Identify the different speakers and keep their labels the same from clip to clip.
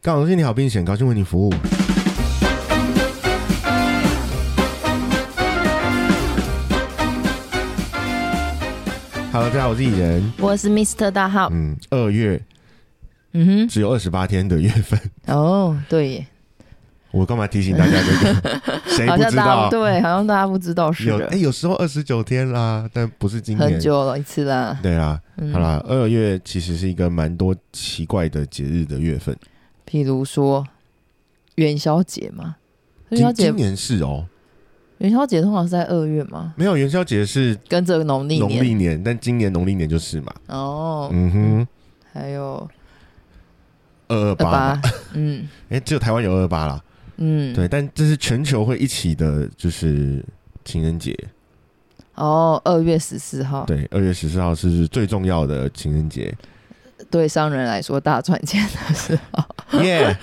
Speaker 1: 高荣幸你好并险，高兴为您服务。Hello，大家好，我是蚁人。
Speaker 2: 我是 Mr 大号，
Speaker 1: 嗯，二月
Speaker 2: 嗯
Speaker 1: 只有二十八天的月份，
Speaker 2: 哼，哦，对耶，
Speaker 1: 我干嘛提醒大家这个？ 谁
Speaker 2: 好
Speaker 1: 不
Speaker 2: 像
Speaker 1: 知
Speaker 2: 大家
Speaker 1: 道？
Speaker 2: 对，好像大家不知道是
Speaker 1: 有哎、
Speaker 2: 的，
Speaker 1: 有时候二十九天啦，但不是今
Speaker 2: 很
Speaker 1: 年。
Speaker 2: 久了一次啦，
Speaker 1: 对啊，
Speaker 2: 嗯
Speaker 1: 好，啦，二月其实是一个蛮多奇怪的节日的月份。
Speaker 2: 譬如说元宵节嘛，元宵
Speaker 1: 今
Speaker 2: 节
Speaker 1: 今年是哦，
Speaker 2: 元宵节通常是在二月嘛，
Speaker 1: 没有元宵节是
Speaker 2: 跟着农历
Speaker 1: 农
Speaker 2: 年
Speaker 1: 历年，但今年农历年就是嘛。
Speaker 2: 哦，
Speaker 1: 嗯哼，
Speaker 2: 还有
Speaker 1: 二二
Speaker 2: 二
Speaker 1: 八
Speaker 2: 八，，嗯
Speaker 1: 哎，只有台湾有二二八啦。
Speaker 2: 嗯，
Speaker 1: 对，但这是全球会一起的，就是情人节。
Speaker 2: 哦，二月十四号，
Speaker 1: 对，二月十四号是最重要的情人 节。
Speaker 2: 对商人来说大赚钱 的时候，
Speaker 1: 耶、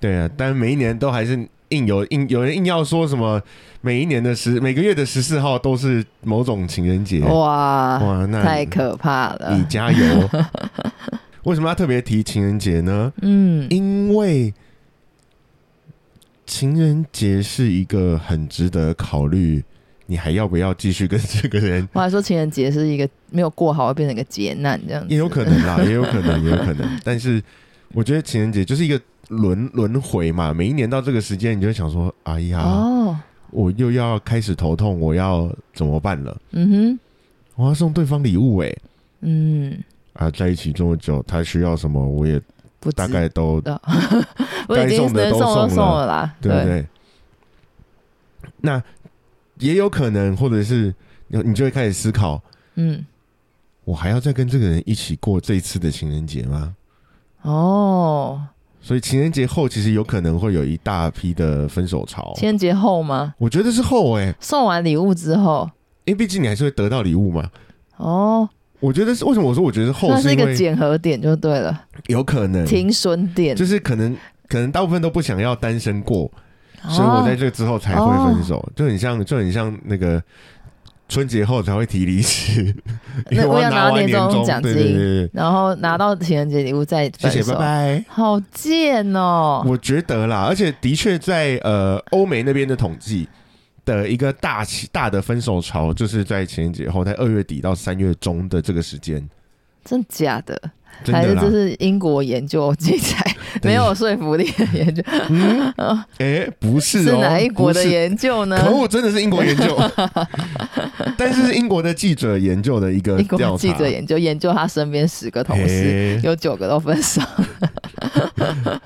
Speaker 1: 对啊，但每一年都还是硬有硬有人硬要说什么，每一年的十每个月的十四号都是某种情人节。
Speaker 2: 哇，
Speaker 1: 哇，嗯那
Speaker 2: 太可怕了
Speaker 1: 你，加 油！为什么要特别提情人节呢？
Speaker 2: 嗯，
Speaker 1: 因为情人节是一个很值得考虑，你还要不要继续跟这个 人？
Speaker 2: 我还说情人节是一个没有过好会变成一个劫难这样子，
Speaker 1: 也有可能啦，也有可能，也有可能。但是我觉得情人节就是一个轮轮回嘛，每一年到这个时间，你就会想说：“哎呀，
Speaker 2: 哦，
Speaker 1: 我又要开始头痛，我要怎么办了？
Speaker 2: 嗯哼，
Speaker 1: 我要送对方礼物哎、
Speaker 2: 嗯，
Speaker 1: 啊，在一起这么久，他需要什么，我也
Speaker 2: 不
Speaker 1: 大
Speaker 2: 知
Speaker 1: 概都
Speaker 2: 道，我已
Speaker 1: 该
Speaker 2: 经
Speaker 1: 送的
Speaker 2: 能
Speaker 1: 都
Speaker 2: 送
Speaker 1: 送
Speaker 2: 都送
Speaker 1: 了
Speaker 2: 了啦，
Speaker 1: 对不，对？那也有可能，或者是你你就会开始思考：
Speaker 2: 嗯，
Speaker 1: 我还要再跟这个人一起过这一次的情人节吗？
Speaker 2: 哦，
Speaker 1: 所以情人节后，其实有可能会有一大批的分手潮。
Speaker 2: 情人节后吗？
Speaker 1: 我觉得是后哎、
Speaker 2: 送完礼物之后，
Speaker 1: 因为毕竟你还是会得到礼物嘛。
Speaker 2: 哦，
Speaker 1: 我觉得是为什么我说我觉得是后
Speaker 2: 算
Speaker 1: 是
Speaker 2: 是一
Speaker 1: 因
Speaker 2: 个
Speaker 1: 为
Speaker 2: 检核点就对了，
Speaker 1: 有可能，
Speaker 2: 停损点，
Speaker 1: 就是可能可能大部分都不想要单身过，
Speaker 2: 哦
Speaker 1: 所以我在这之后才会分手，就很像就很像那个春节后才会提离职， 因为
Speaker 2: 哦那我
Speaker 1: 要
Speaker 2: 要拿
Speaker 1: 完
Speaker 2: 年
Speaker 1: 年
Speaker 2: 终
Speaker 1: 终
Speaker 2: 奖
Speaker 1: 对
Speaker 2: 金
Speaker 1: 对对对，
Speaker 2: 然后拿到情人节礼物再
Speaker 1: 对
Speaker 2: 分
Speaker 1: 谢
Speaker 2: 手，
Speaker 1: 谢，拜拜。
Speaker 2: 好贱哦，
Speaker 1: 我觉得啦，而且的确在呃欧美那边的统计的一个大起大的分手潮，就是在情人节后，在二月底到三月中的这个时间，
Speaker 2: 真假的？
Speaker 1: 真
Speaker 2: 还
Speaker 1: 的
Speaker 2: 是
Speaker 1: 啦
Speaker 2: 这，是英国研究记载， 没有说服力的研究，
Speaker 1: 嗯， 哎、不是、哦，
Speaker 2: 是哪一国的
Speaker 1: 不是
Speaker 2: 研究呢？
Speaker 1: 可恶，真的是英国研 究，但是是英国的记者研究的一个
Speaker 2: 英
Speaker 1: 调查。
Speaker 2: 国记者研究研究他身边十个同事，
Speaker 1: 诶
Speaker 2: 有九个都 分手，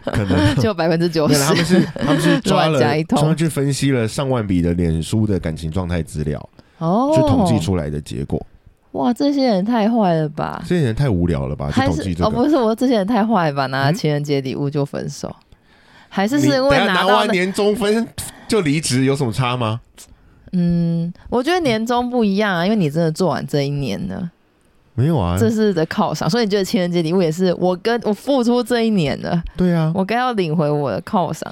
Speaker 1: 可能
Speaker 2: 就百分之九
Speaker 1: 没
Speaker 2: 十
Speaker 1: 有啦他们是他们 是抓了
Speaker 2: 哦乱加一通
Speaker 1: 专门去分析了上万笔的脸书的感情状态资料，
Speaker 2: 哦，
Speaker 1: 去统计出来的结果。
Speaker 2: 哇，这些人太坏了吧？
Speaker 1: 这些人太无聊了吧？啊去
Speaker 2: 还
Speaker 1: 统
Speaker 2: 是
Speaker 1: 计这
Speaker 2: 哦，
Speaker 1: 个。
Speaker 2: 不是我这些人太坏了吧？拿
Speaker 1: 嗯
Speaker 2: 情人节礼物就分手，还是
Speaker 1: 你
Speaker 2: 是因为
Speaker 1: 等下拿
Speaker 2: 到
Speaker 1: 完
Speaker 2: 那
Speaker 1: 年终分就离职有什么差吗？
Speaker 2: 嗯，我觉得年终不一样啊，因为你真的做完这一年了，
Speaker 1: 没有啊，
Speaker 2: 这是的犒赏，所以你觉得情人节礼物也是我跟我付出这一年了，
Speaker 1: 对啊，
Speaker 2: 我该要领回我的犒赏。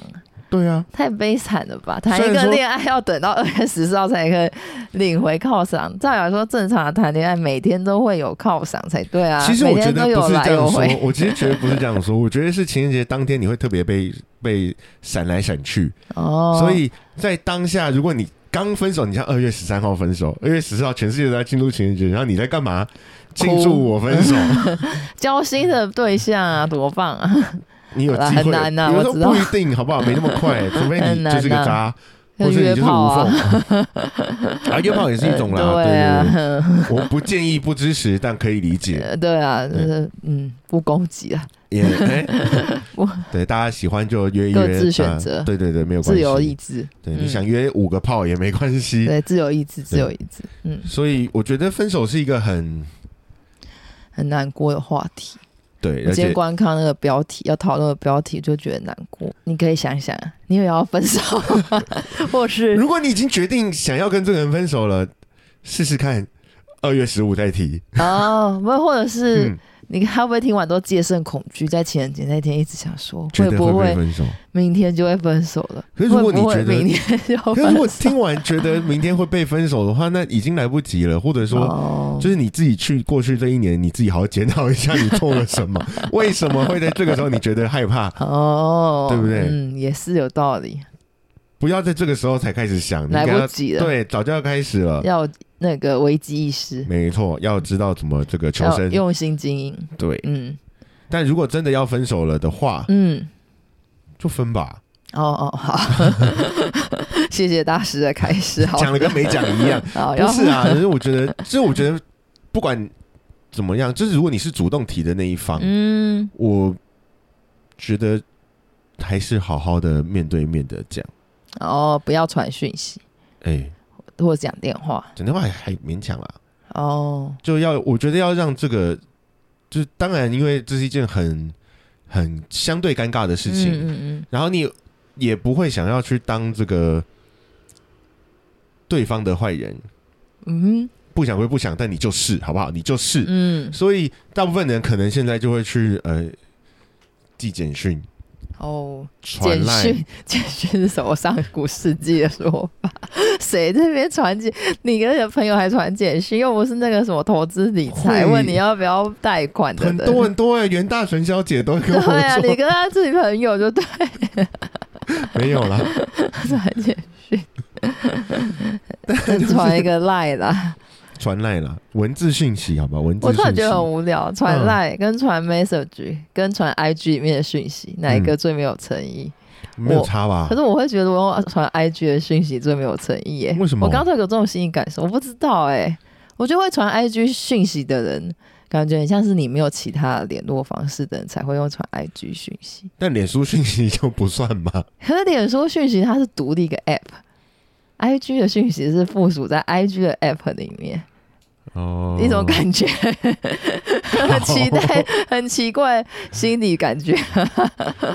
Speaker 1: 对啊，
Speaker 2: 太悲惨了吧！谈
Speaker 1: 虽
Speaker 2: 一
Speaker 1: 然
Speaker 2: 个
Speaker 1: 说
Speaker 2: 恋爱要等到二月十四号才可以领回犒赏，照理来说，正常的谈恋爱每天都会有犒赏才对啊。
Speaker 1: 其实我
Speaker 2: 每
Speaker 1: 觉
Speaker 2: 天
Speaker 1: 得
Speaker 2: 都
Speaker 1: 不
Speaker 2: 有
Speaker 1: 是
Speaker 2: 来
Speaker 1: 这
Speaker 2: 有
Speaker 1: 样说，
Speaker 2: 回
Speaker 1: 我其实觉得不是这样说， 我觉得是情人节当天你会特别被被闪来闪去，
Speaker 2: 哦，
Speaker 1: 所以在当下，如果你刚分手，你像二月十三号分手，二月十四号全世界都在庆祝情人节，然后你在干嘛？庆祝我分手？
Speaker 2: 交心的对象啊，多棒啊！
Speaker 1: 你有机
Speaker 2: 好啦
Speaker 1: 会？
Speaker 2: 很难啊
Speaker 1: 有时候
Speaker 2: 我知道
Speaker 1: 不一定，好不好？没那么快，除非你就是个
Speaker 2: 很难
Speaker 1: 渣，
Speaker 2: 跟
Speaker 1: 或是你
Speaker 2: 约
Speaker 1: 就是无
Speaker 2: 炮啊，
Speaker 1: 缝。 啊，约炮也是一种啦，
Speaker 2: 对
Speaker 1: 对对
Speaker 2: 啊，
Speaker 1: 对，我不建议，不支持，但可以理解。
Speaker 2: 呃对啊，就是嗯，不攻击啊，
Speaker 1: 也，哎
Speaker 2: 我
Speaker 1: 对大家喜欢就约一约，
Speaker 2: 各自选择
Speaker 1: 啊对对对，没有关
Speaker 2: 自
Speaker 1: 系。
Speaker 2: 由意志，
Speaker 1: 对，
Speaker 2: 嗯
Speaker 1: 你想约五个炮也没关系。
Speaker 2: 对，自由意志，
Speaker 1: 嗯
Speaker 2: 自
Speaker 1: 对
Speaker 2: 由意志，嗯，
Speaker 1: 所以我觉得分手是一个很
Speaker 2: 很难过的话题。
Speaker 1: 对，
Speaker 2: 我
Speaker 1: 而
Speaker 2: 今
Speaker 1: 且
Speaker 2: 天观看那个标题，要讨论的标题就觉得难过。你可以想想，你有要分手 吗，或是
Speaker 1: 如果你已经决定想要跟这个人分手了，试试看，二月十五再提。
Speaker 2: 哦，不，或者是
Speaker 1: 嗯，
Speaker 2: 你会不会听完都戒慎恐惧，在情人节那天一直想说
Speaker 1: 觉得
Speaker 2: 不
Speaker 1: 会被
Speaker 2: 会
Speaker 1: 分手？
Speaker 2: 明天就会分手了？
Speaker 1: 可是如果
Speaker 2: 会不
Speaker 1: 你
Speaker 2: 会
Speaker 1: 觉得
Speaker 2: 明天就分手，
Speaker 1: 可是如果听完觉得明天会被分手的话，那已经来不及了，或者说
Speaker 2: 哦
Speaker 1: 就是你自己去过去这一年，你自己好好检讨一下，你做了什 么？为什么会在这个时候你觉得害怕？
Speaker 2: 哦，
Speaker 1: 对不对
Speaker 2: 嗯，也是有道理，
Speaker 1: 不要在这个时候才开始想，你
Speaker 2: 来
Speaker 1: 给他
Speaker 2: 不及了，
Speaker 1: 对，啊早就要开始了。
Speaker 2: 要那个危机意识，
Speaker 1: 没错，要知道怎么这个求
Speaker 2: 要
Speaker 1: 生。
Speaker 2: 用心经营。
Speaker 1: 对，
Speaker 2: 嗯
Speaker 1: 但如果真的要分手了的话，
Speaker 2: 嗯，
Speaker 1: 就分吧，
Speaker 2: 哦哦，好， 谢谢大师的开始，好，
Speaker 1: 讲的跟没讲一样。
Speaker 2: 好，
Speaker 1: 不
Speaker 2: 要
Speaker 1: 是啊，可是我觉得，就是我觉得不管怎么样，就是如果你是主动提的那一方，
Speaker 2: 嗯，
Speaker 1: 我觉得还是好好的面对面的讲。
Speaker 2: 哦，不要传讯息
Speaker 1: 哎、
Speaker 2: 或讲电话，
Speaker 1: 讲电话还还勉强啦，
Speaker 2: 哦，
Speaker 1: 就要我觉得要让这个，就是当然，因为这是一件很很相对尴尬的事情，
Speaker 2: 嗯嗯
Speaker 1: 然后你也不会想要去当这个对方的坏人，
Speaker 2: 嗯
Speaker 1: 不想归不想，但你就是好不好？你就是，
Speaker 2: 嗯，嗯
Speaker 1: 所以大部分人可能现在就会去呃寄简讯、
Speaker 2: 哦，
Speaker 1: 传
Speaker 2: 简
Speaker 1: 赖，
Speaker 2: 讯， 简讯是什么？上古世纪的说法，谁这边传简？你跟你的朋友还传简讯，又不是那个什么投资理财，
Speaker 1: 会
Speaker 2: 问你要不要贷款的
Speaker 1: 很
Speaker 2: 人。
Speaker 1: 多很多哎、袁大神小姐都跟我
Speaker 2: 对啊，你
Speaker 1: 说、
Speaker 2: 跟他自己朋友就对
Speaker 1: 没有啦，
Speaker 2: 传简 讯，传一个赖啦。
Speaker 1: 传赖啦，文字讯息好吧，文字
Speaker 2: 我
Speaker 1: 讯息
Speaker 2: 突然觉得很无聊，传
Speaker 1: 嗯
Speaker 2: 赖跟传 message 跟传 IG 里面的讯息，哪一
Speaker 1: 嗯
Speaker 2: 个最没有诚意？
Speaker 1: 没有差吧
Speaker 2: 可？是我会觉得我用传 IG 的讯息最没有诚意耶。
Speaker 1: 为什么
Speaker 2: 我刚才有这种心理感受，我不知道哎、我觉得会传 IG 讯息的人，感觉很像是你没有其他的联络方式的人才会用传 IG 讯息。
Speaker 1: 但脸书讯息就不算 吗？
Speaker 2: 可是脸书讯息它是独立一个 app，IG 的讯息是附属在 IG 的 app 里面，
Speaker 1: 哦
Speaker 2: 一种感觉， 很 期待，很奇怪心理感觉。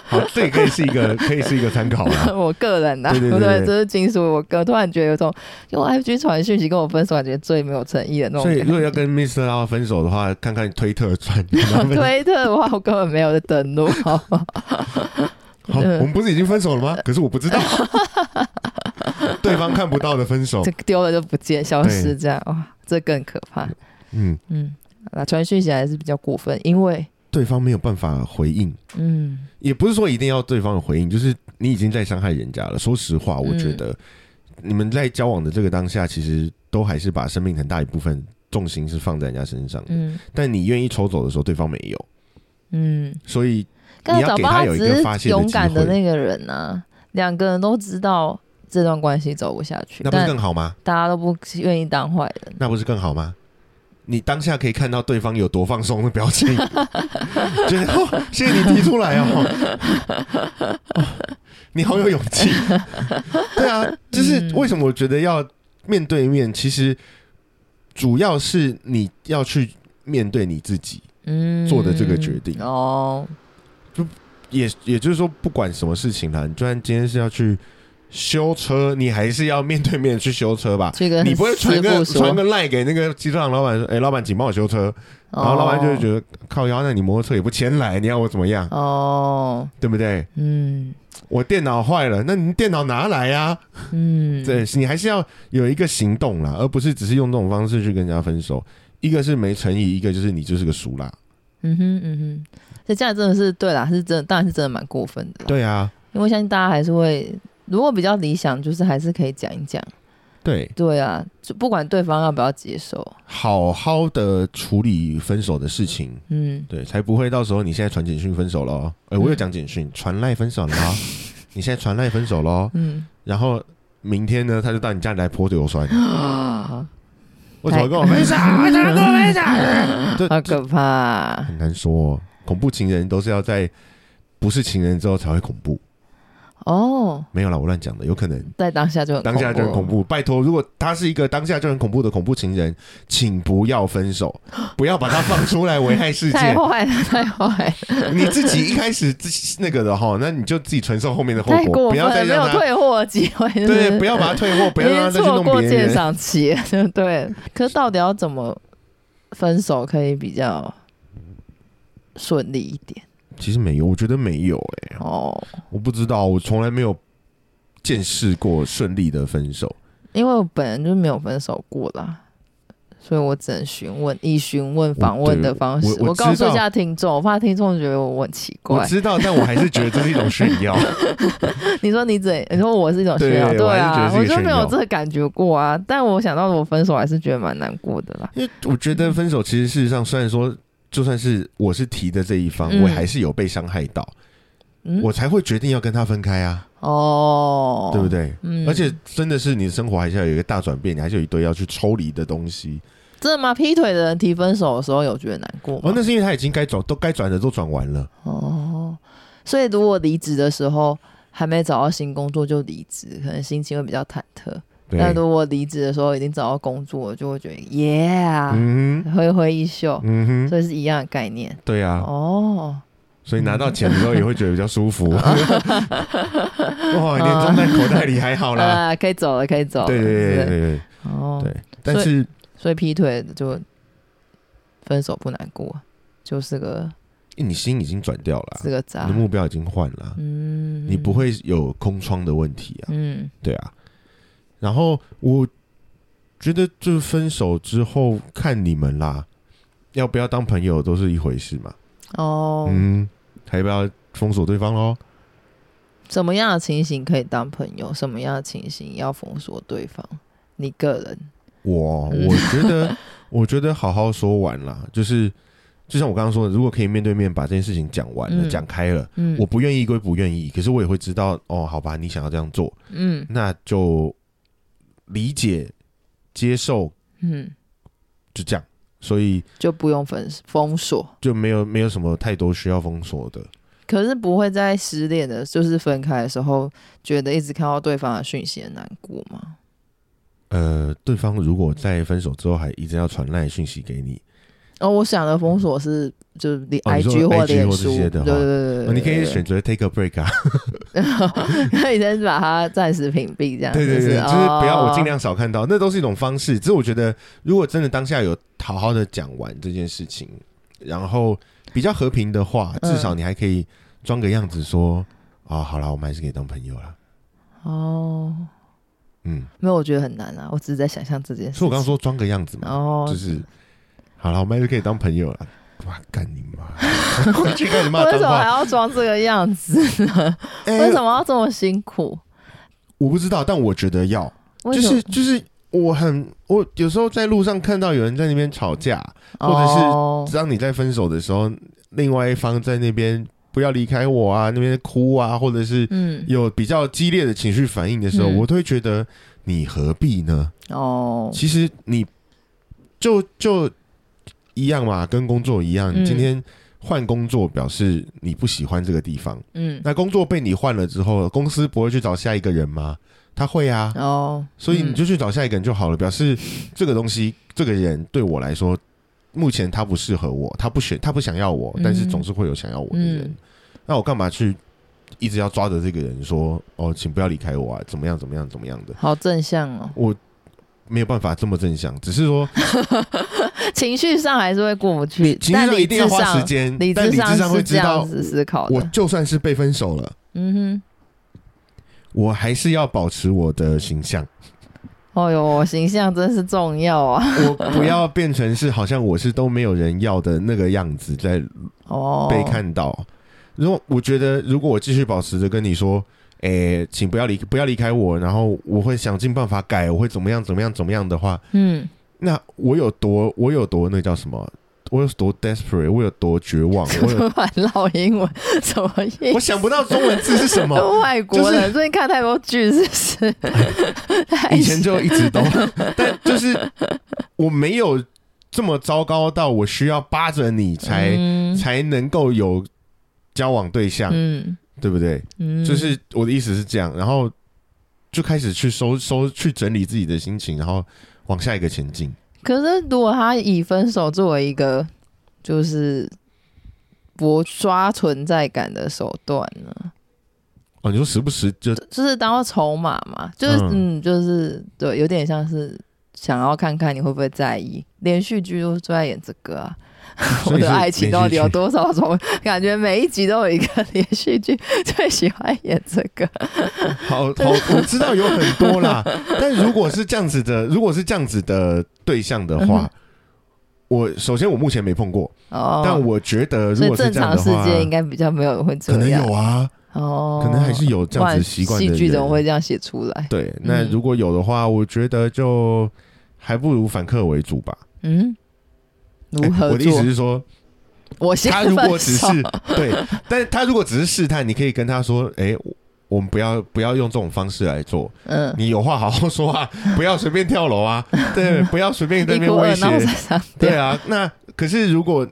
Speaker 1: 好，这也可以是一 个，可以是一个参考啦。
Speaker 2: 我个人呐、啊，
Speaker 1: 对对对对
Speaker 2: 这是金属。我哥突然觉得有种用 IG 传讯息跟我分手，感觉最没有诚意的那种
Speaker 1: 所
Speaker 2: 感
Speaker 1: 以，
Speaker 2: 觉。
Speaker 1: 如果要跟 Mr. 拉分手的话，看看推特传。 然后分
Speaker 2: 推特的话，我根本没有在登录，好 吗？
Speaker 1: 好，
Speaker 2: 嗯
Speaker 1: 我们不是已经分手了吗？可是我不 知道，对方看不到的分手
Speaker 2: 这。丢了就不见，消失这样，哇，这更可怕。
Speaker 1: 嗯，
Speaker 2: 嗯，那传讯息还是比较过分，因为
Speaker 1: 对方没有办法回应，
Speaker 2: 嗯，
Speaker 1: 也不是说一定要对方的回应，就是你已经在伤害人家了。说实话，我觉得你们在交往的这个当下，其实都还是把生命很大一部分重心是放在人家身上的。
Speaker 2: 嗯
Speaker 1: 但你愿意抽走的时候，对方没有，
Speaker 2: 嗯，
Speaker 1: 所以
Speaker 2: 但
Speaker 1: 你
Speaker 2: 是
Speaker 1: 要
Speaker 2: 早
Speaker 1: 给
Speaker 2: 知
Speaker 1: 他
Speaker 2: 道
Speaker 1: 有一个
Speaker 2: 只
Speaker 1: 发
Speaker 2: 是
Speaker 1: 泄的
Speaker 2: 勇
Speaker 1: 机
Speaker 2: 敢的
Speaker 1: 会
Speaker 2: 那个人呐、两个人都知道这段关系走不下去，
Speaker 1: 那不是
Speaker 2: 但
Speaker 1: 更好吗？
Speaker 2: 大家都不愿意当坏人。
Speaker 1: 那不是更好吗？你当下可以看到对方有多放松的表情， 觉得哦，谢谢你提出来哦，哦你好有勇气。对啊，就是
Speaker 2: 嗯
Speaker 1: 为什么我觉得要面对面，其实主要是你要去面对你自己，
Speaker 2: 嗯，
Speaker 1: 做的这个决定
Speaker 2: 哦，
Speaker 1: 也也就是说，不管什么事情啦，你就算今天是要去修车，你还是要面对面去修车吧。
Speaker 2: 去跟
Speaker 1: 你不会传
Speaker 2: 师
Speaker 1: 个
Speaker 2: 傅说
Speaker 1: 传个赖给那个机车行老板说，哎、老板，请帮我修车。然后老板就会觉得靠腰，那你摩托车也不前来，你要我怎么样，
Speaker 2: 哦，
Speaker 1: 对不对？
Speaker 2: 嗯
Speaker 1: 我电脑坏了，那你电脑拿来啊！
Speaker 2: 嗯，
Speaker 1: 对你还是要有一个行动啦，而不是只是用这种方式去跟人家分手。一个是没诚意，一个就是你就是个俗啦。
Speaker 2: 嗯哼嗯哼，所以这样真的是对啦，是真的，当然是真的蛮过分的啦。
Speaker 1: 对啊，
Speaker 2: 因为我相信大家还是会，如果比较理想，就是还是可以讲一讲。
Speaker 1: 对，
Speaker 2: 对啊，就不管对方要不要接受，
Speaker 1: 好好的处理分手的事情，
Speaker 2: 嗯，
Speaker 1: 对，才不会到时候你现在传简讯分手喽。哎、我有讲简讯，传赖分手了哦，你现在传赖分手喽，
Speaker 2: 嗯
Speaker 1: 然后明天呢，他就到你家里来泼硫酸。
Speaker 2: 啊，
Speaker 1: 为什么跟我分手？为什么跟我分手？这
Speaker 2: 好可怕啊、
Speaker 1: 很难说、哦，恐怖情人都是要在不是情人之后才会恐怖。
Speaker 2: 哦，
Speaker 1: 没有啦，我乱讲的，有可能
Speaker 2: 在当下就很
Speaker 1: 当下就很恐
Speaker 2: 怖，
Speaker 1: 怖。拜托，如果他是一个当下就很恐怖的恐怖情人，请不要分手，不要把他放出来危害世
Speaker 2: 太
Speaker 1: 界。
Speaker 2: 坏了，太坏了，
Speaker 1: 你自己一开始自那个的哈，那你就自己承受后面的后
Speaker 2: 太
Speaker 1: 果，
Speaker 2: 过
Speaker 1: 不
Speaker 2: 分
Speaker 1: 要再
Speaker 2: 了，没
Speaker 1: 让
Speaker 2: 有
Speaker 1: 他
Speaker 2: 退货的机会，是
Speaker 1: 对，
Speaker 2: 是
Speaker 1: 不要把他退货，不要让
Speaker 2: 已
Speaker 1: 他再
Speaker 2: 经
Speaker 1: 去
Speaker 2: 错
Speaker 1: 弄
Speaker 2: 过
Speaker 1: 别
Speaker 2: 鉴
Speaker 1: 人。
Speaker 2: 赏期 了，对不对？可是到底要怎么分手可以比较顺利一点
Speaker 1: 其实没有，我觉得没有、欸，哎，
Speaker 2: 哦。
Speaker 1: 我不知道，我从来没有见识过顺利的分手。
Speaker 2: 因为我本人就没有分手过啦，所以我只能询问，以询问访问的方式。
Speaker 1: 我对我我
Speaker 2: 告
Speaker 1: 知
Speaker 2: 诉
Speaker 1: 道
Speaker 2: 一下听众，我怕听众觉得我很奇
Speaker 1: 我
Speaker 2: 怪。
Speaker 1: 知道，但我还是觉得这是一种炫耀。
Speaker 2: 你说你怎？你说我是一种
Speaker 1: 对
Speaker 2: 炫耀，
Speaker 1: 我
Speaker 2: 对
Speaker 1: 还
Speaker 2: 啊，
Speaker 1: 是觉得
Speaker 2: 我
Speaker 1: 是一个
Speaker 2: 就
Speaker 1: 炫
Speaker 2: 没有
Speaker 1: 耀
Speaker 2: 这个感觉过啊。但我想到我分手，还是觉得蛮难过的啦。
Speaker 1: 因为我觉得分手其实事实上，虽然说就算是我是提的这一方，
Speaker 2: 嗯
Speaker 1: 我还是有被伤害到，
Speaker 2: 嗯，
Speaker 1: 我才会决定要跟他分开啊，
Speaker 2: 哦，
Speaker 1: 对不？对？
Speaker 2: 嗯
Speaker 1: 而且真的是你的生活还是要有一个大转变，你还是有一堆要去抽离的东西。
Speaker 2: 真的吗？劈腿的人提分手的时候有觉得难过
Speaker 1: 哦，
Speaker 2: 吗？
Speaker 1: 那是因为他已经该转都该转的都转完了，
Speaker 2: 哦，所以如果离职的时候还没找到新工作就离职，可能心情会比较忐忑。
Speaker 1: 对，
Speaker 2: 那如果离职的时候已经找到工作，我就会觉得耶啊，
Speaker 1: 嗯哼，
Speaker 2: 挥挥衣袖，
Speaker 1: 嗯哼，
Speaker 2: 所以是一样的概念
Speaker 1: 对啊，
Speaker 2: 哦。
Speaker 1: 所以拿到钱的时候也会觉得比较舒 服。哇，年终在口袋里还好啦。
Speaker 2: 呃，可以走了，可以走了。
Speaker 1: 对对对对对对，
Speaker 2: 哦，
Speaker 1: 对但是
Speaker 2: 所以劈腿就分手不难过，就是个
Speaker 1: 你心已经转掉了
Speaker 2: 是个
Speaker 1: 啊，
Speaker 2: 渣
Speaker 1: 你的。目标已经换了啊，
Speaker 2: 嗯，
Speaker 1: 你不会有空窗的问题啊，
Speaker 2: 嗯
Speaker 1: 对啊。然后我觉得就是分手之后看你们啦，要不要当朋友都是一回事嘛。
Speaker 2: 哦，
Speaker 1: 嗯，还要不要封锁对方喽？
Speaker 2: 什么样的情形可以当朋友？什么样的情形要封锁对方？你个人
Speaker 1: 我
Speaker 2: 嗯
Speaker 1: 我觉 得，我觉得好好说完啦，就是就像我刚刚说的，如果可以面对面把这件事情讲完了、
Speaker 2: 嗯
Speaker 1: 讲、开了，
Speaker 2: 嗯，
Speaker 1: 我不愿意归不愿意，可是我也会知道，哦，好吧，你想要这样做，
Speaker 2: 嗯
Speaker 1: 那就理解、接受，
Speaker 2: 嗯
Speaker 1: 就这样，所以
Speaker 2: 就不用分封锁。
Speaker 1: 就没有没有什么太多需要封锁的。
Speaker 2: 可是不会在失恋的，就是分开的时候，觉得一直看到对方的讯息很难过吗？
Speaker 1: 呃，对方如果在分手之后还一直要传赖讯息给你，
Speaker 2: 哦，我想的封锁是就是你
Speaker 1: 哦你说
Speaker 2: IG 或
Speaker 1: IG
Speaker 2: 脸
Speaker 1: 或
Speaker 2: 书，
Speaker 1: 这些的
Speaker 2: 对对
Speaker 1: 话
Speaker 2: 对
Speaker 1: 呃
Speaker 2: 对，
Speaker 1: 你可以
Speaker 2: 对，
Speaker 1: 选择 take a break 啊，
Speaker 2: 对 可以先把它暂时屏蔽，这样
Speaker 1: 对对
Speaker 2: 是
Speaker 1: 对，就是不要我尽。
Speaker 2: 哦
Speaker 1: 量少看到，那都是一种方式。只是我觉得，如果真的当下有好好的讲完这件事情，然后比较和平的话，
Speaker 2: 嗯
Speaker 1: 至少你还可以装个样子说，啊、好啦，我们还是可以当朋友啦。
Speaker 2: 哦，
Speaker 1: 嗯，
Speaker 2: 没有，我觉得很难啊，我只是在想象这件事。
Speaker 1: 所以我刚刚，说装个样子嘛，
Speaker 2: 哦，
Speaker 1: 就是好了，我们还是可以当朋友了。哇，干你妈！ 我去跟你妈
Speaker 2: 为
Speaker 1: 脏
Speaker 2: 什么还
Speaker 1: 话。
Speaker 2: 要装这个样子呢？
Speaker 1: 哎、
Speaker 2: 为什么要这么辛苦？
Speaker 1: 我不知道，但我觉得要，
Speaker 2: 为
Speaker 1: 就
Speaker 2: 什么
Speaker 1: 是就是，我很我有时候在路上看到有人在那边吵架，或者是
Speaker 2: 哦
Speaker 1: 让你在分手的时候，另外一方在那边不要离开我啊，那边哭啊，或者是
Speaker 2: 嗯
Speaker 1: 有比较激烈的情绪反应的时候，
Speaker 2: 嗯
Speaker 1: 我都会觉得你何必呢？
Speaker 2: 哦
Speaker 1: 其实你就就一样嘛，跟工作一样，
Speaker 2: 嗯
Speaker 1: 今天。换工作表示你不喜欢这个地方，
Speaker 2: 嗯
Speaker 1: 那工作被你换了之后，公司不会去找下一个人吗？他会啊，
Speaker 2: 哦，
Speaker 1: 所以你
Speaker 2: 嗯
Speaker 1: 就去找下一个人就好了，表示这个东西，这个人对我来说，目前他不适合我，他不选，他不想要我，
Speaker 2: 嗯
Speaker 1: 但是总是会有想要我的人。
Speaker 2: 嗯
Speaker 1: 那我干嘛去一直要抓着这个人说，哦，请不要离开我啊，怎么样，怎么样，怎么样的？
Speaker 2: 好正向哦。
Speaker 1: 我没有办法这么正向，只是说
Speaker 2: 情绪上还是会过不去，
Speaker 1: 情绪
Speaker 2: 但
Speaker 1: 上
Speaker 2: 理
Speaker 1: 一定
Speaker 2: 智
Speaker 1: 要
Speaker 2: 上，
Speaker 1: 花时间，
Speaker 2: 理
Speaker 1: 但
Speaker 2: 智
Speaker 1: 理智上会
Speaker 2: 是
Speaker 1: 知
Speaker 2: 这样
Speaker 1: 道，
Speaker 2: 子思考
Speaker 1: 我
Speaker 2: 的。
Speaker 1: 就算是被分手了，
Speaker 2: 嗯
Speaker 1: 我还是要保持我的形象。
Speaker 2: 哼，哦哟，形象真是重要啊！
Speaker 1: 我不要变成是好像我是都没有人要的那个样子在
Speaker 2: 哦，
Speaker 1: 被看到。如果我觉得，如果我继续保持着跟你说，诶、请不要离不要离开我，然后我会想尽办法改，我会怎么样怎么样怎么样的话，
Speaker 2: 嗯，
Speaker 1: 那我有多我有多那叫什么？我有多 desperate，我有多绝望，我有
Speaker 2: 突然唠英文，什么意
Speaker 1: 我
Speaker 2: 思？
Speaker 1: 想不到中文字是什 么。
Speaker 2: 外国人最近看太多剧，是不是？太
Speaker 1: 哎以前就一直都， 但就是我没有这么糟糕到我需要扒着你才、
Speaker 2: 嗯
Speaker 1: 才能够有交往对象，
Speaker 2: 嗯
Speaker 1: 对不对？
Speaker 2: 嗯
Speaker 1: 就是我的意思是这样，然后就开始去收收去整理自己的心情，然后往下一个前进。
Speaker 2: 可是如果他以分手作为一个就是博刷存在感的手段呢？
Speaker 1: 哦，你说时不时就
Speaker 2: 就是当做筹码嘛，就是嗯就是对，有点像是想要看看你会不会在意。连续剧都最爱演这个啊， 我
Speaker 1: 所以
Speaker 2: 的
Speaker 1: 是
Speaker 2: 爱情
Speaker 1: 连
Speaker 2: 到
Speaker 1: 续
Speaker 2: 底有
Speaker 1: 剧
Speaker 2: 多少种？感觉每一集都有一个连续剧，最喜欢演这个。
Speaker 1: 好好，我知道有很多 啦，但如果是这样子的，如果是这样子的对象
Speaker 2: 嗯
Speaker 1: 的话，我首先我目前没碰过，
Speaker 2: 哦，
Speaker 1: 但我觉得
Speaker 2: 所
Speaker 1: 如
Speaker 2: 以
Speaker 1: 果是
Speaker 2: 正
Speaker 1: 这样
Speaker 2: 常
Speaker 1: 的
Speaker 2: 世
Speaker 1: 话，
Speaker 2: 界应该比较没有人会这
Speaker 1: 可
Speaker 2: 样。
Speaker 1: 能有啊，
Speaker 2: 哦，
Speaker 1: 可能还是有这样
Speaker 2: 不然
Speaker 1: 子习惯的
Speaker 2: 戏
Speaker 1: 人。
Speaker 2: 剧怎么会这样写出来？
Speaker 1: 对，那
Speaker 2: 嗯
Speaker 1: 如果有的话，我觉得就还不如反客为主吧。
Speaker 2: 嗯，如
Speaker 1: 哎
Speaker 2: 何
Speaker 1: 我的意
Speaker 2: 做
Speaker 1: 思？是说，
Speaker 2: 我 先
Speaker 1: 他如果
Speaker 2: 分
Speaker 1: 只
Speaker 2: 手
Speaker 1: 是对，但是他如果只是试探，你可以跟他说：“哎、我我们不要不要用这种方式来做，
Speaker 2: 嗯，
Speaker 1: 你有话好好说啊，不要随便跳楼啊， 对，不要随便在
Speaker 2: 一
Speaker 1: 那边
Speaker 2: 哭
Speaker 1: 威
Speaker 2: 二闹
Speaker 1: 胁，
Speaker 2: 三上吊
Speaker 1: 对。啊。那可是如果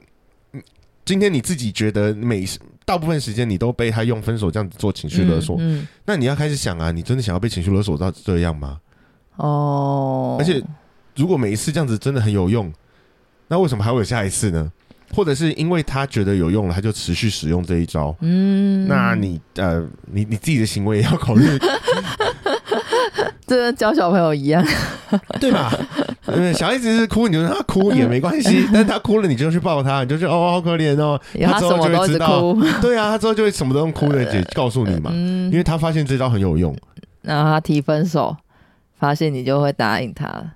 Speaker 1: 嗯今天你自己觉得每大部分时间你都被他用分手这样子做情绪勒索，
Speaker 2: 嗯，嗯
Speaker 1: 那你要开始想啊，你真的想要被情绪勒索到这样吗？
Speaker 2: 哦，
Speaker 1: 而且如果每一次这样子真的很有用，那为什么还会有下一次呢？或者是因为他觉得有用了，他就持续使用这一招。
Speaker 2: 嗯，
Speaker 1: 那你呃，你你自己的行为也要 考虑，
Speaker 2: 这跟教小朋友一样，
Speaker 1: 对吧？呃，小孩子是哭，你就让他哭也没关 系，但是他哭了，你就去抱他，你就去哦，好可怜哦，他
Speaker 2: 他
Speaker 1: 之后
Speaker 2: 什么
Speaker 1: 就
Speaker 2: 都
Speaker 1: 会
Speaker 2: 一
Speaker 1: 知
Speaker 2: 直
Speaker 1: 道，
Speaker 2: 哭，
Speaker 1: 对啊，他之后就会什么都用哭的解告诉你嘛，
Speaker 2: 嗯
Speaker 1: 因，为他发现这招很有用，
Speaker 2: 然后他提分手，发现你就会答应他了，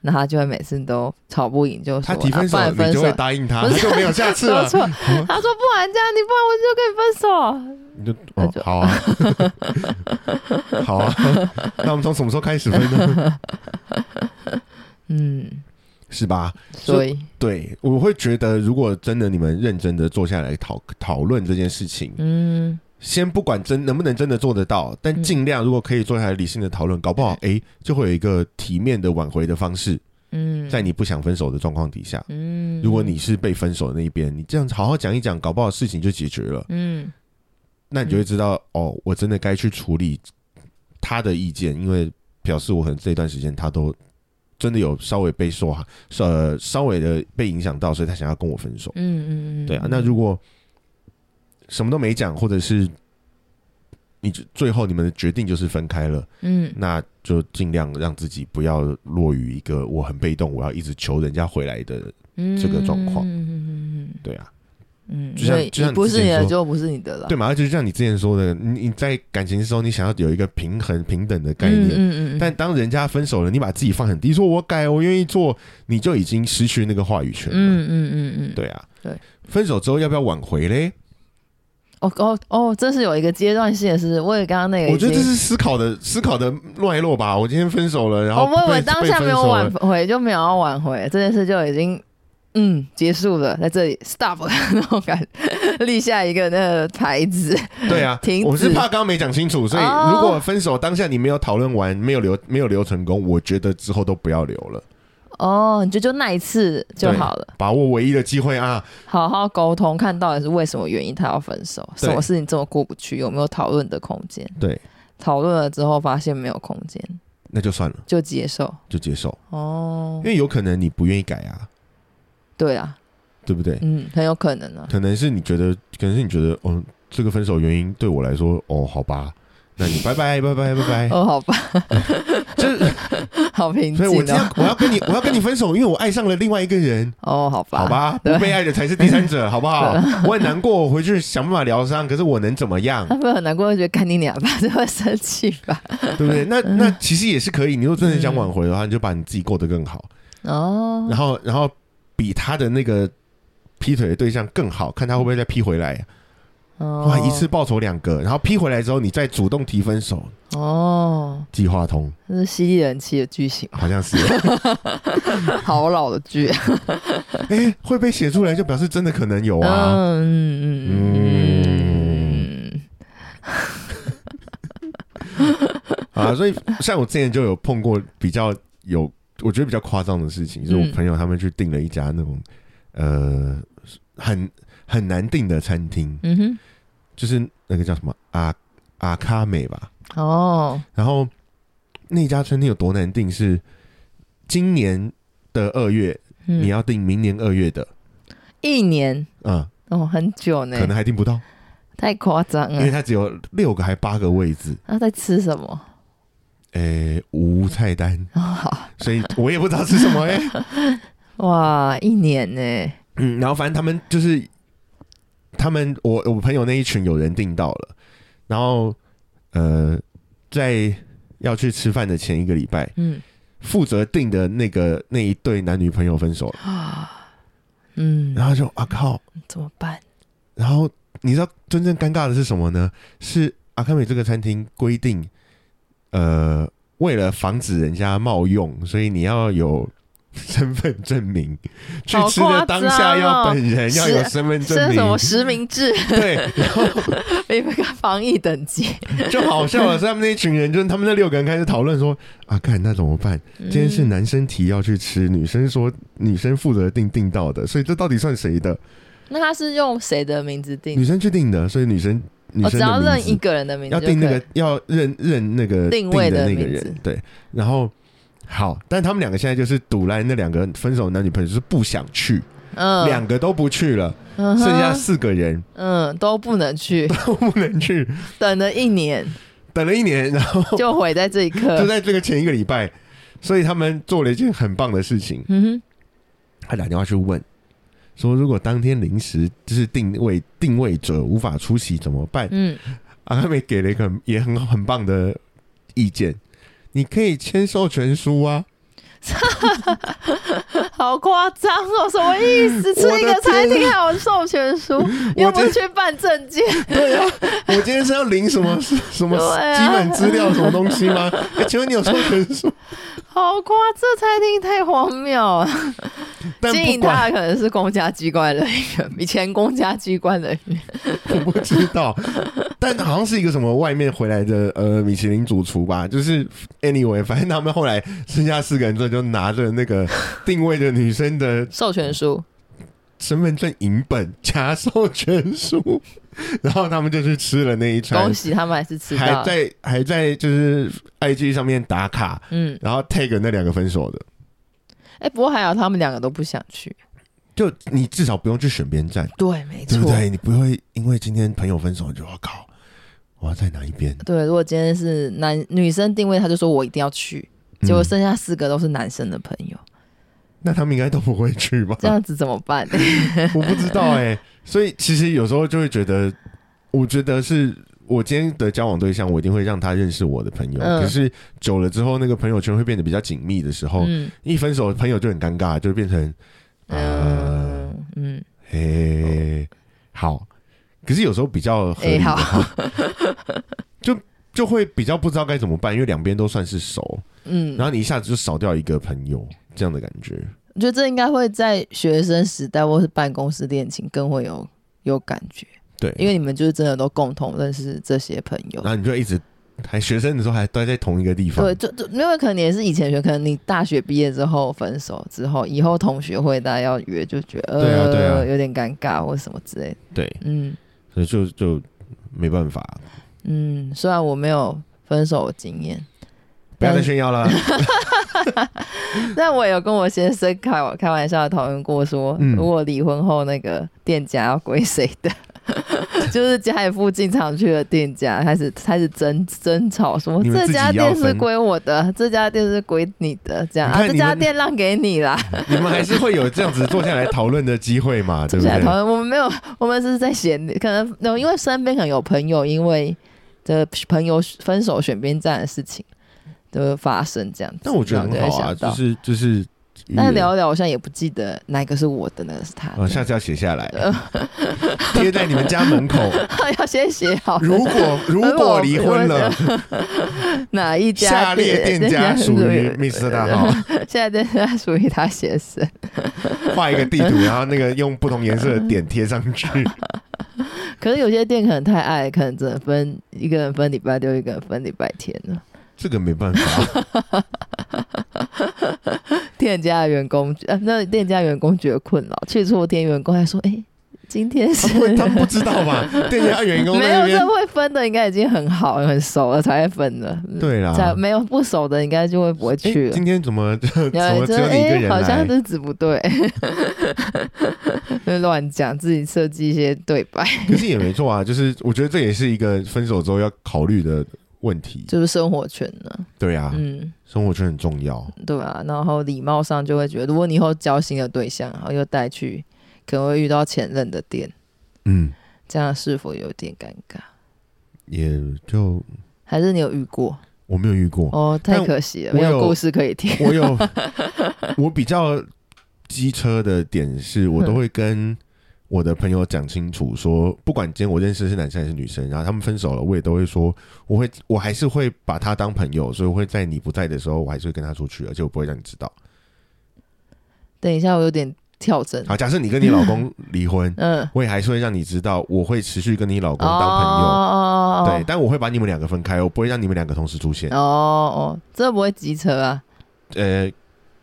Speaker 2: 那他就会每次都吵不赢，就
Speaker 1: 他
Speaker 2: 说
Speaker 1: 提分手
Speaker 2: 啊不然
Speaker 1: 你就会啊
Speaker 2: 分手。
Speaker 1: 答应他，
Speaker 2: 不
Speaker 1: 他
Speaker 2: 是
Speaker 1: 就没有下次
Speaker 2: 说
Speaker 1: 了，
Speaker 2: 错，他说不然这样，你不
Speaker 1: 你
Speaker 2: 然我就跟你分手。
Speaker 1: 就
Speaker 2: 那
Speaker 1: 哦
Speaker 2: 就
Speaker 1: 好啊， 好啊， 那我们从什么时候开始分 呢？
Speaker 2: 嗯，
Speaker 1: 是吧？
Speaker 2: 所以，
Speaker 1: 对，我会觉得，如果真的你们认真的坐下来讨讨论这件事情，
Speaker 2: 嗯，
Speaker 1: 先不管真能不能真的做得到，但尽量如果可以坐下来理性的讨论，搞不好哎、诶就会有一个体面的挽回的方式，
Speaker 2: 嗯，
Speaker 1: 在你不想分手的状况底下，
Speaker 2: 嗯，
Speaker 1: 如果你是被分手的那一边，你这样好好讲一讲，搞不好事情就解决了，
Speaker 2: 嗯
Speaker 1: 那你就会知道哦，我真的该去处理他的意见，因为表示我可能这段时间他都真的有稍微被受害呃稍微的被影响到，所以他想要跟我分手。
Speaker 2: 嗯嗯，
Speaker 1: 对啊，那如果什么都没讲，或者是你就最后你们的决定就是分开了，
Speaker 2: 嗯
Speaker 1: 那就尽量让自己不要落于一个我很被动，我要一直求人家回来的。
Speaker 2: 嗯
Speaker 1: 这个状况
Speaker 2: 嗯嗯
Speaker 1: 对啊，
Speaker 2: 嗯，
Speaker 1: 就像
Speaker 2: 所以
Speaker 1: 就像
Speaker 2: 你不
Speaker 1: 你之
Speaker 2: 是
Speaker 1: 前
Speaker 2: 你的
Speaker 1: 说
Speaker 2: 就不是你的了，
Speaker 1: 对嘛？就是像你之前说的，你你在感情的时候，你想要有一个平衡平等的概
Speaker 2: 嗯，
Speaker 1: 念。
Speaker 2: 嗯嗯嗯，
Speaker 1: 但当人家分手了，你把自己放很低，说我改，我愿意做，你就已经失去那个话语权了。
Speaker 2: 嗯嗯嗯嗯，
Speaker 1: 对啊，
Speaker 2: 对，
Speaker 1: 分手之后要不要挽回嘞？
Speaker 2: 哦哦哦，这是有一个阶段性的事，我以为刚刚那个已
Speaker 1: 我觉得这
Speaker 2: 经
Speaker 1: 是思考的思考的脉络吧。我今天分手了，然后
Speaker 2: 哦我以为
Speaker 1: 被
Speaker 2: 当
Speaker 1: 被
Speaker 2: 下
Speaker 1: 分
Speaker 2: 没有
Speaker 1: 手
Speaker 2: 挽
Speaker 1: 了
Speaker 2: 回，就没有要挽回这件事，就已经嗯结束了，在这里 stop 那种感觉，立下一个那个牌子。
Speaker 1: 对啊，
Speaker 2: 停止
Speaker 1: 我是怕刚刚没讲清楚，所以
Speaker 2: 哦
Speaker 1: 如果分手当下你没有讨论完，没有留没有留成功，我觉得之后都不要留了，
Speaker 2: 哦，你就就那一次就
Speaker 1: 对
Speaker 2: 好了，
Speaker 1: 把握唯一的机会啊！
Speaker 2: 好好沟通，看到底是为什么原因他要分手，
Speaker 1: 对
Speaker 2: 什么事情这么过不去，有没有讨论的空间？
Speaker 1: 对，
Speaker 2: 讨论了之后发现没有空间，
Speaker 1: 那就算了，
Speaker 2: 就接受。
Speaker 1: 就接受，
Speaker 2: 哦
Speaker 1: 因，为有可能你不愿意改啊，
Speaker 2: 对啊，
Speaker 1: 对不对？
Speaker 2: 嗯，很有可能啊。
Speaker 1: 可能是你觉得，可能是你觉得，哦，这个分手原因对我来说，哦，好吧，那你拜拜拜拜拜拜，
Speaker 2: 哦，好吧，
Speaker 1: 就是
Speaker 2: 好平
Speaker 1: 所
Speaker 2: 静
Speaker 1: 以我这样
Speaker 2: 哦。
Speaker 1: 我要跟你我要跟你分手，因为我爱上了另外一个人。
Speaker 2: 哦，好吧，
Speaker 1: 好，吧，
Speaker 2: 对
Speaker 1: 不被爱的才是第三者，好不 好？我很难过，我回去想办法疗伤，可是我能怎么 样
Speaker 2: 他？会很难过，会觉得干你娘吧，就会生气 吧。
Speaker 1: 对不对？那
Speaker 2: 嗯
Speaker 1: 那其实也是可以。你如果真的想挽回的话，你就把你自己过得更好，
Speaker 2: 哦，
Speaker 1: 然后然后比他的那个劈腿的对象更好，看他会不会再劈回来。哇，
Speaker 2: 哇
Speaker 1: 一次报仇两个，然后劈回来之后，你再主动提分手，
Speaker 2: 哦，
Speaker 1: 计划通，
Speaker 2: 这是犀利人气的剧情
Speaker 1: 好像 是，
Speaker 2: 好老的剧。
Speaker 1: 哎，会被写出来就表示真的可能有啊。
Speaker 2: 嗯嗯嗯
Speaker 1: 啊，所以像我之前就有碰过比较有，我觉得比较夸张的事情，就是我
Speaker 2: 嗯
Speaker 1: 朋友他们去订了一家那种呃很很难订的餐厅，
Speaker 2: 嗯嗯
Speaker 1: 就是那个叫什么阿阿卡美吧。
Speaker 2: 哼，哦，
Speaker 1: 然后那家餐厅有多难订是今年的二月，你
Speaker 2: 嗯，
Speaker 1: 要订明年二月的，
Speaker 2: 一年
Speaker 1: 嗯，
Speaker 2: 哦，很久呢
Speaker 1: 可，能还嗯订不到，
Speaker 2: 太夸张
Speaker 1: 因为
Speaker 2: 了。
Speaker 1: 它只有六个还八个位置，
Speaker 2: 那在吃什么？
Speaker 1: 诶，无菜单，
Speaker 2: 哦，好
Speaker 1: 所以我也不知道是什么诶。
Speaker 2: 哇，一年呢，
Speaker 1: 嗯，然后反正他们就是他们我我朋友那一群有人订到了，然后呃，在要去吃饭的前一个礼拜，
Speaker 2: 嗯
Speaker 1: 负责订的那个那一对男女朋友分手了，
Speaker 2: 啊，嗯，
Speaker 1: 然后就啊靠，
Speaker 2: 怎么办？
Speaker 1: 然后你知道真正尴尬的是什么呢？是阿卡美这个餐厅规定，呃，为了防止人家冒用，所以你要有身份证明。去
Speaker 2: 好
Speaker 1: 吃的
Speaker 2: 夸
Speaker 1: 当
Speaker 2: 张
Speaker 1: 下要
Speaker 2: 哦
Speaker 1: 本人要有
Speaker 2: 是
Speaker 1: 身份
Speaker 2: 是
Speaker 1: 证
Speaker 2: 什么
Speaker 1: 明。
Speaker 2: 实名制？
Speaker 1: 对，然后
Speaker 2: 没办法，防疫等级。
Speaker 1: 就好笑的是，他们那一群人，就是他们那六个人开始讨论说：“啊，看那怎么办？
Speaker 2: 今
Speaker 1: 今天是男生提要去吃，女生说女生负责订订到的，所以这到底算谁的？
Speaker 2: 那他是用谁的名字定
Speaker 1: 女？生去订的，所以女生女
Speaker 2: 我
Speaker 1: 生
Speaker 2: 哦只
Speaker 1: 的
Speaker 2: 要
Speaker 1: 名
Speaker 2: 认
Speaker 1: 字
Speaker 2: 一个人的名字
Speaker 1: 要
Speaker 2: 就可以
Speaker 1: 定
Speaker 2: 了，
Speaker 1: 那个要认认那个
Speaker 2: 定位
Speaker 1: 的
Speaker 2: 的
Speaker 1: 那个
Speaker 2: 名字
Speaker 1: 人，对。然后好，但他们两个现在就是堵烂那两个分手的男女朋友，就是不想去，
Speaker 2: 嗯
Speaker 1: 两、个都不去了，
Speaker 2: 嗯哼
Speaker 1: 剩下四个人
Speaker 2: 嗯都不 能去，
Speaker 1: 都不能去。
Speaker 2: 等了 一年
Speaker 1: 等了一年，然后
Speaker 2: 就毁在这 一
Speaker 1: 就
Speaker 2: 刻。
Speaker 1: 在这个前一个礼拜，所以他们做了一件很棒的事情，
Speaker 2: 嗯
Speaker 1: 他打电话去问。说如果当天临时就是定位定位者无法出席怎么办
Speaker 2: 哼，？嗯，
Speaker 1: 阿卡美给了一个很也很很棒的意见，你可以签授权书啊。
Speaker 2: 好夸张哦，什么意 思？吃一个餐厅还有授权书，又不去办证 件，
Speaker 1: 对啊，我今天是要领什么什么
Speaker 2: 对啊
Speaker 1: 基本资料什么东西吗？哎请问你有授权 书？
Speaker 2: 好夸张！这餐厅太荒谬了。
Speaker 1: 但
Speaker 2: 经
Speaker 1: 不
Speaker 2: 营他
Speaker 1: 管
Speaker 2: 的可能是公家机关人员，以前公家机关人员。
Speaker 1: 我不知 道，但好像是一个什么外面回来的呃米其林主厨吧，就是 anyway，反正他们后来剩下四个人之后就拿着那 个定位的女生的
Speaker 2: 授权书，
Speaker 1: 身份证影本加授权书， 然后他们就去吃了那一餐
Speaker 2: 恭，喜他们还是吃
Speaker 1: 还
Speaker 2: 到。
Speaker 1: 在还在就是 IG 上面打卡，
Speaker 2: 嗯，
Speaker 1: 然后 tag 那两个分手的。
Speaker 2: 哎、不过还好他们两个都不想去。
Speaker 1: 就你至少不用去选边站，
Speaker 2: 对，没
Speaker 1: 对
Speaker 2: 错。
Speaker 1: 不对？你不会因为今天朋友分手你就我靠，我要在哪一边？
Speaker 2: 对如果今天是男女生定位，他就说我一定要去，结
Speaker 1: 嗯
Speaker 2: 果
Speaker 1: 啊
Speaker 2: 剩下四个都是男生的朋友，
Speaker 1: 那他们应该都不会去吧？
Speaker 2: 这样子怎么办？
Speaker 1: 我不知道哎、所以其实有时候就会觉得，我觉得是我今天的交往对象，我一定会让他认识我的朋友。
Speaker 2: 嗯
Speaker 1: 可是久了之后，那个朋友圈会变得比较紧密的时候，
Speaker 2: 嗯
Speaker 1: 一分手朋友就很尴尬，就变成哦啊，
Speaker 2: 嗯嗯，
Speaker 1: 嘿、好。可是有时候比较合理
Speaker 2: 哎
Speaker 1: 的
Speaker 2: 好
Speaker 1: 话， 就就会比较不知道该怎么办，因为两边都算是熟。
Speaker 2: 嗯，
Speaker 1: 然后你一下子就少掉一个朋友，这样的感觉。
Speaker 2: 我觉得这应该会在学生时代或是办公室恋情更会有有感觉，
Speaker 1: 对，
Speaker 2: 因为你们就是真的都共同认识这些朋友
Speaker 1: 然。后你就一直还学生的时候还待在同一个地方
Speaker 2: 对，，就就没有可能也是以前学，可能你大学毕业之后分手之后，以后同学会大家要约，就觉得
Speaker 1: 对啊
Speaker 2: 呃
Speaker 1: 对啊
Speaker 2: 有点尴尬或什么之类的。
Speaker 1: 对，
Speaker 2: 嗯
Speaker 1: 所以就就没办法，
Speaker 2: 嗯，虽然我没有分手的经验，
Speaker 1: 不要再
Speaker 2: 但
Speaker 1: 炫耀 了。
Speaker 2: 但我有跟我先生开玩开玩笑地讨论过说，
Speaker 1: 嗯
Speaker 2: 如果离婚后那个店家要归谁的， 就是家里附近常去的店家开始开始争争吵，说
Speaker 1: 你们自
Speaker 2: 这
Speaker 1: 己
Speaker 2: 家
Speaker 1: 要
Speaker 2: 店是
Speaker 1: 分
Speaker 2: 归我的，这家店是归你的，这样
Speaker 1: 你
Speaker 2: 啊，
Speaker 1: 看
Speaker 2: 这
Speaker 1: 你
Speaker 2: 家
Speaker 1: 们
Speaker 2: 店让给你啦。
Speaker 1: 你们还是会有这样子坐下来讨论的机会嘛？对
Speaker 2: 坐
Speaker 1: 不
Speaker 2: 下来
Speaker 1: 对
Speaker 2: 讨？论，啊我们没有，我们是在闲，可能有因为身边可能有朋友因为这朋友分手选边站的事情的发生这样子，
Speaker 1: 但我觉得
Speaker 2: 然
Speaker 1: 很
Speaker 2: 后
Speaker 1: 好
Speaker 2: 就会
Speaker 1: 啊，
Speaker 2: 想到
Speaker 1: 就是就是，
Speaker 2: 但是聊一聊，我现在也不记得哪一个是我的，哪个是他的，
Speaker 1: 啊，下次要写下来，
Speaker 2: 呃
Speaker 1: 贴在你们家门 口。
Speaker 2: 要先写好
Speaker 1: 如果如果离婚了，
Speaker 2: 哪一家
Speaker 1: 下列店家属于 Mr. 大号，
Speaker 2: 下列店家属于他先生，
Speaker 1: 画一个地图，然后那个用不同颜色的点贴上去。
Speaker 2: 可是有些店可能太爱，可能只能分一个人分礼拜六，一个人分礼拜天了。
Speaker 1: 这个没办 法，
Speaker 2: 店家的员工，呃，那店家员工觉得困扰，去错店员工还说，哎、今天
Speaker 1: 他
Speaker 2: 是
Speaker 1: 们 会他们不知道吧？店家员工
Speaker 2: 没
Speaker 1: 在那
Speaker 2: 有
Speaker 1: 边
Speaker 2: 这会分的，应该已经很好很熟了才会分的，
Speaker 1: 对啊啦，
Speaker 2: 才没有不熟的应该就会不会
Speaker 1: 诶
Speaker 2: 去了。
Speaker 1: 今天怎么怎
Speaker 2: 然后
Speaker 1: 么只
Speaker 2: 真
Speaker 1: 有
Speaker 2: 的
Speaker 1: 你一个
Speaker 2: 哎、
Speaker 1: 人
Speaker 2: 好像
Speaker 1: 来？
Speaker 2: 日子不对， 就乱讲，自己设计一些对白，
Speaker 1: 可是也没错啊，就是我觉得这也是一个分手之后要考虑的问题。
Speaker 2: 就是生活圈呢，
Speaker 1: 对啊，
Speaker 2: 嗯，
Speaker 1: 生活圈很重要。
Speaker 2: 对啊，然后礼貌上就会觉得，如果你以后交新的对象，然后又带去可能会遇到前任的店，
Speaker 1: 嗯，
Speaker 2: 这样是否有点尴尬？
Speaker 1: 也就
Speaker 2: 还是你有遇过？
Speaker 1: 我没有遇 过，
Speaker 2: 哦，
Speaker 1: 但
Speaker 2: 太可惜了，
Speaker 1: 我
Speaker 2: 没有
Speaker 1: 有
Speaker 2: 故事可 以听。
Speaker 1: 我有，我比较机车的点是我都会跟我的朋友讲清楚说，不管今天我认识是男生还是女生，然后他们分手了，我也都会说，我会我还是会把他当朋友，所以我会在你不在的时候，我还是会跟他出去，而且我不会让你知道。
Speaker 2: 等一下，我有点跳针。
Speaker 1: 好，假设你跟你老公离婚，
Speaker 2: 嗯，
Speaker 1: 我也还是会让你知道，我会持续跟你老
Speaker 2: 哦
Speaker 1: 公当朋友。
Speaker 2: 哦哦
Speaker 1: 对，但我会把你们两个分开，我不会让你们两个同时出现。
Speaker 2: 哦哦，这不会急车啊。
Speaker 1: 呃，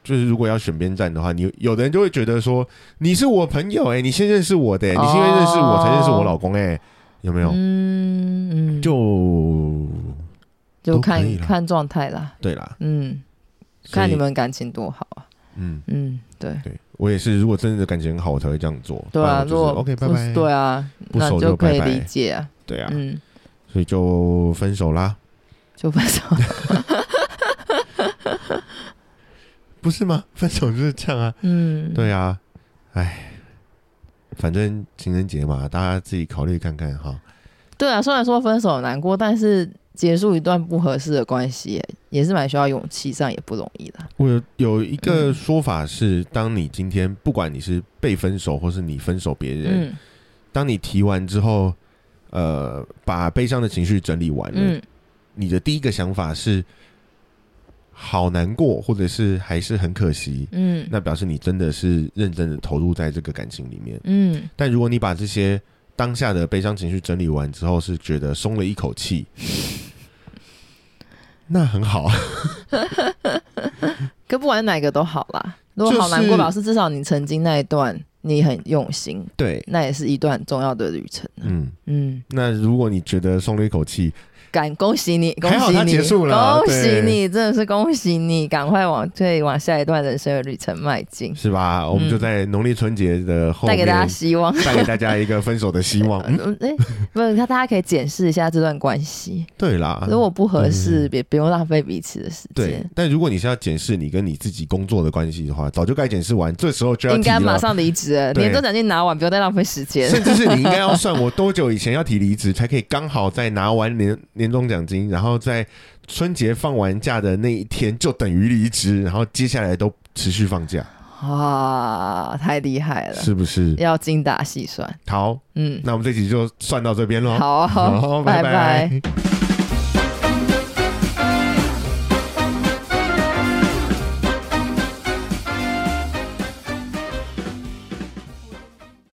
Speaker 1: 就是如果要选边站的话，你有的人就会觉得说你是我朋友哎、你先认识我的、欸，
Speaker 2: 哦
Speaker 1: 你是因为认识我才认识我老公哎、有没有？
Speaker 2: 嗯嗯，
Speaker 1: 就
Speaker 2: 就
Speaker 1: 都
Speaker 2: 看
Speaker 1: 可以啦
Speaker 2: 看状态啦。
Speaker 1: 对啦，
Speaker 2: 嗯，
Speaker 1: 所以
Speaker 2: 看你，们感情多好啊。
Speaker 1: 嗯，
Speaker 2: 嗯，对
Speaker 1: 对我也是，如果真的感情很好，我才会这样做。
Speaker 2: 对
Speaker 1: 不然
Speaker 2: 啊，
Speaker 1: 我就是
Speaker 2: 如果
Speaker 1: OK 拜
Speaker 2: 不
Speaker 1: 拜，
Speaker 2: 是对啊，
Speaker 1: 不
Speaker 2: 那
Speaker 1: 熟
Speaker 2: 就可
Speaker 1: 拜
Speaker 2: 以
Speaker 1: 拜
Speaker 2: 理，解啊。
Speaker 1: 对啊，
Speaker 2: 嗯，
Speaker 1: 所以就分手啦，
Speaker 2: 就分手。
Speaker 1: 不是吗？分手就是这样啊，
Speaker 2: 嗯，
Speaker 1: 对啊，哎，反正情人节嘛，大家自己考虑看看哈。
Speaker 2: 对啊，虽然说分手很难过，但是结束一段不合适的关系也是蛮需要勇气，这样也不容易啦。
Speaker 1: 我有有一个嗯说法是，当你今天不管你是被分手，或是你分手别人，
Speaker 2: 嗯
Speaker 1: 当你提完之后，呃，把悲伤的情绪整理完了，
Speaker 2: 嗯，
Speaker 1: 你的第一个想法是好难过，或者是还是很可惜，
Speaker 2: 嗯
Speaker 1: 那表示你真的是认真的投入在这个感情里面。
Speaker 2: 嗯，
Speaker 1: 但如果你把这些当下的悲伤情绪整理完之后，是觉得松了一口 气，那很好。啊
Speaker 2: 可不管哪个都好啦。如果好难
Speaker 1: 就
Speaker 2: 过，
Speaker 1: 是
Speaker 2: 表示至少你曾经那一段你很用心，
Speaker 1: 对，
Speaker 2: 那也是一段重要的旅程。
Speaker 1: 嗯，
Speaker 2: 嗯，
Speaker 1: 那如果你觉得松了一口气，
Speaker 2: 敢恭喜你，恭
Speaker 1: 还好
Speaker 2: 喜
Speaker 1: 它
Speaker 2: 你，
Speaker 1: 结束了啊
Speaker 2: 恭喜
Speaker 1: 对
Speaker 2: 你，真的是恭喜你，赶快往对往下一段人生的旅程迈进，
Speaker 1: 是吧？我们就在农历春节的后
Speaker 2: 带
Speaker 1: 面
Speaker 2: 给大家希望。
Speaker 1: 带给大家一个分手的希 望。嗯
Speaker 2: 嗯，哎、不是，他大家可以检视一下这段关系，
Speaker 1: 对啦，
Speaker 2: 如果不合
Speaker 1: 对
Speaker 2: 适，也不用浪费彼此的时
Speaker 1: 对
Speaker 2: 间，，
Speaker 1: 但如果你是要检视你跟你自己工作的关系的话，早就该检视完，这时候就要
Speaker 2: 应
Speaker 1: 提
Speaker 2: 该马
Speaker 1: 了。
Speaker 2: 上离职了，
Speaker 1: 对
Speaker 2: 年终奖金拿完，不用再浪费时间。
Speaker 1: 甚至是你应该要算我多久以前要提离职，才可以刚好在拿完年年终奖金，然后在春节放完假的那一天就等于离职，然后接下来都持续放假，
Speaker 2: 哇，太厉害了，
Speaker 1: 是不是？
Speaker 2: 要精打细算。
Speaker 1: 好，
Speaker 2: 嗯，
Speaker 1: 那我们这集就算到这边喽。
Speaker 2: 好啊，
Speaker 1: 好，拜
Speaker 2: 拜。
Speaker 1: 拜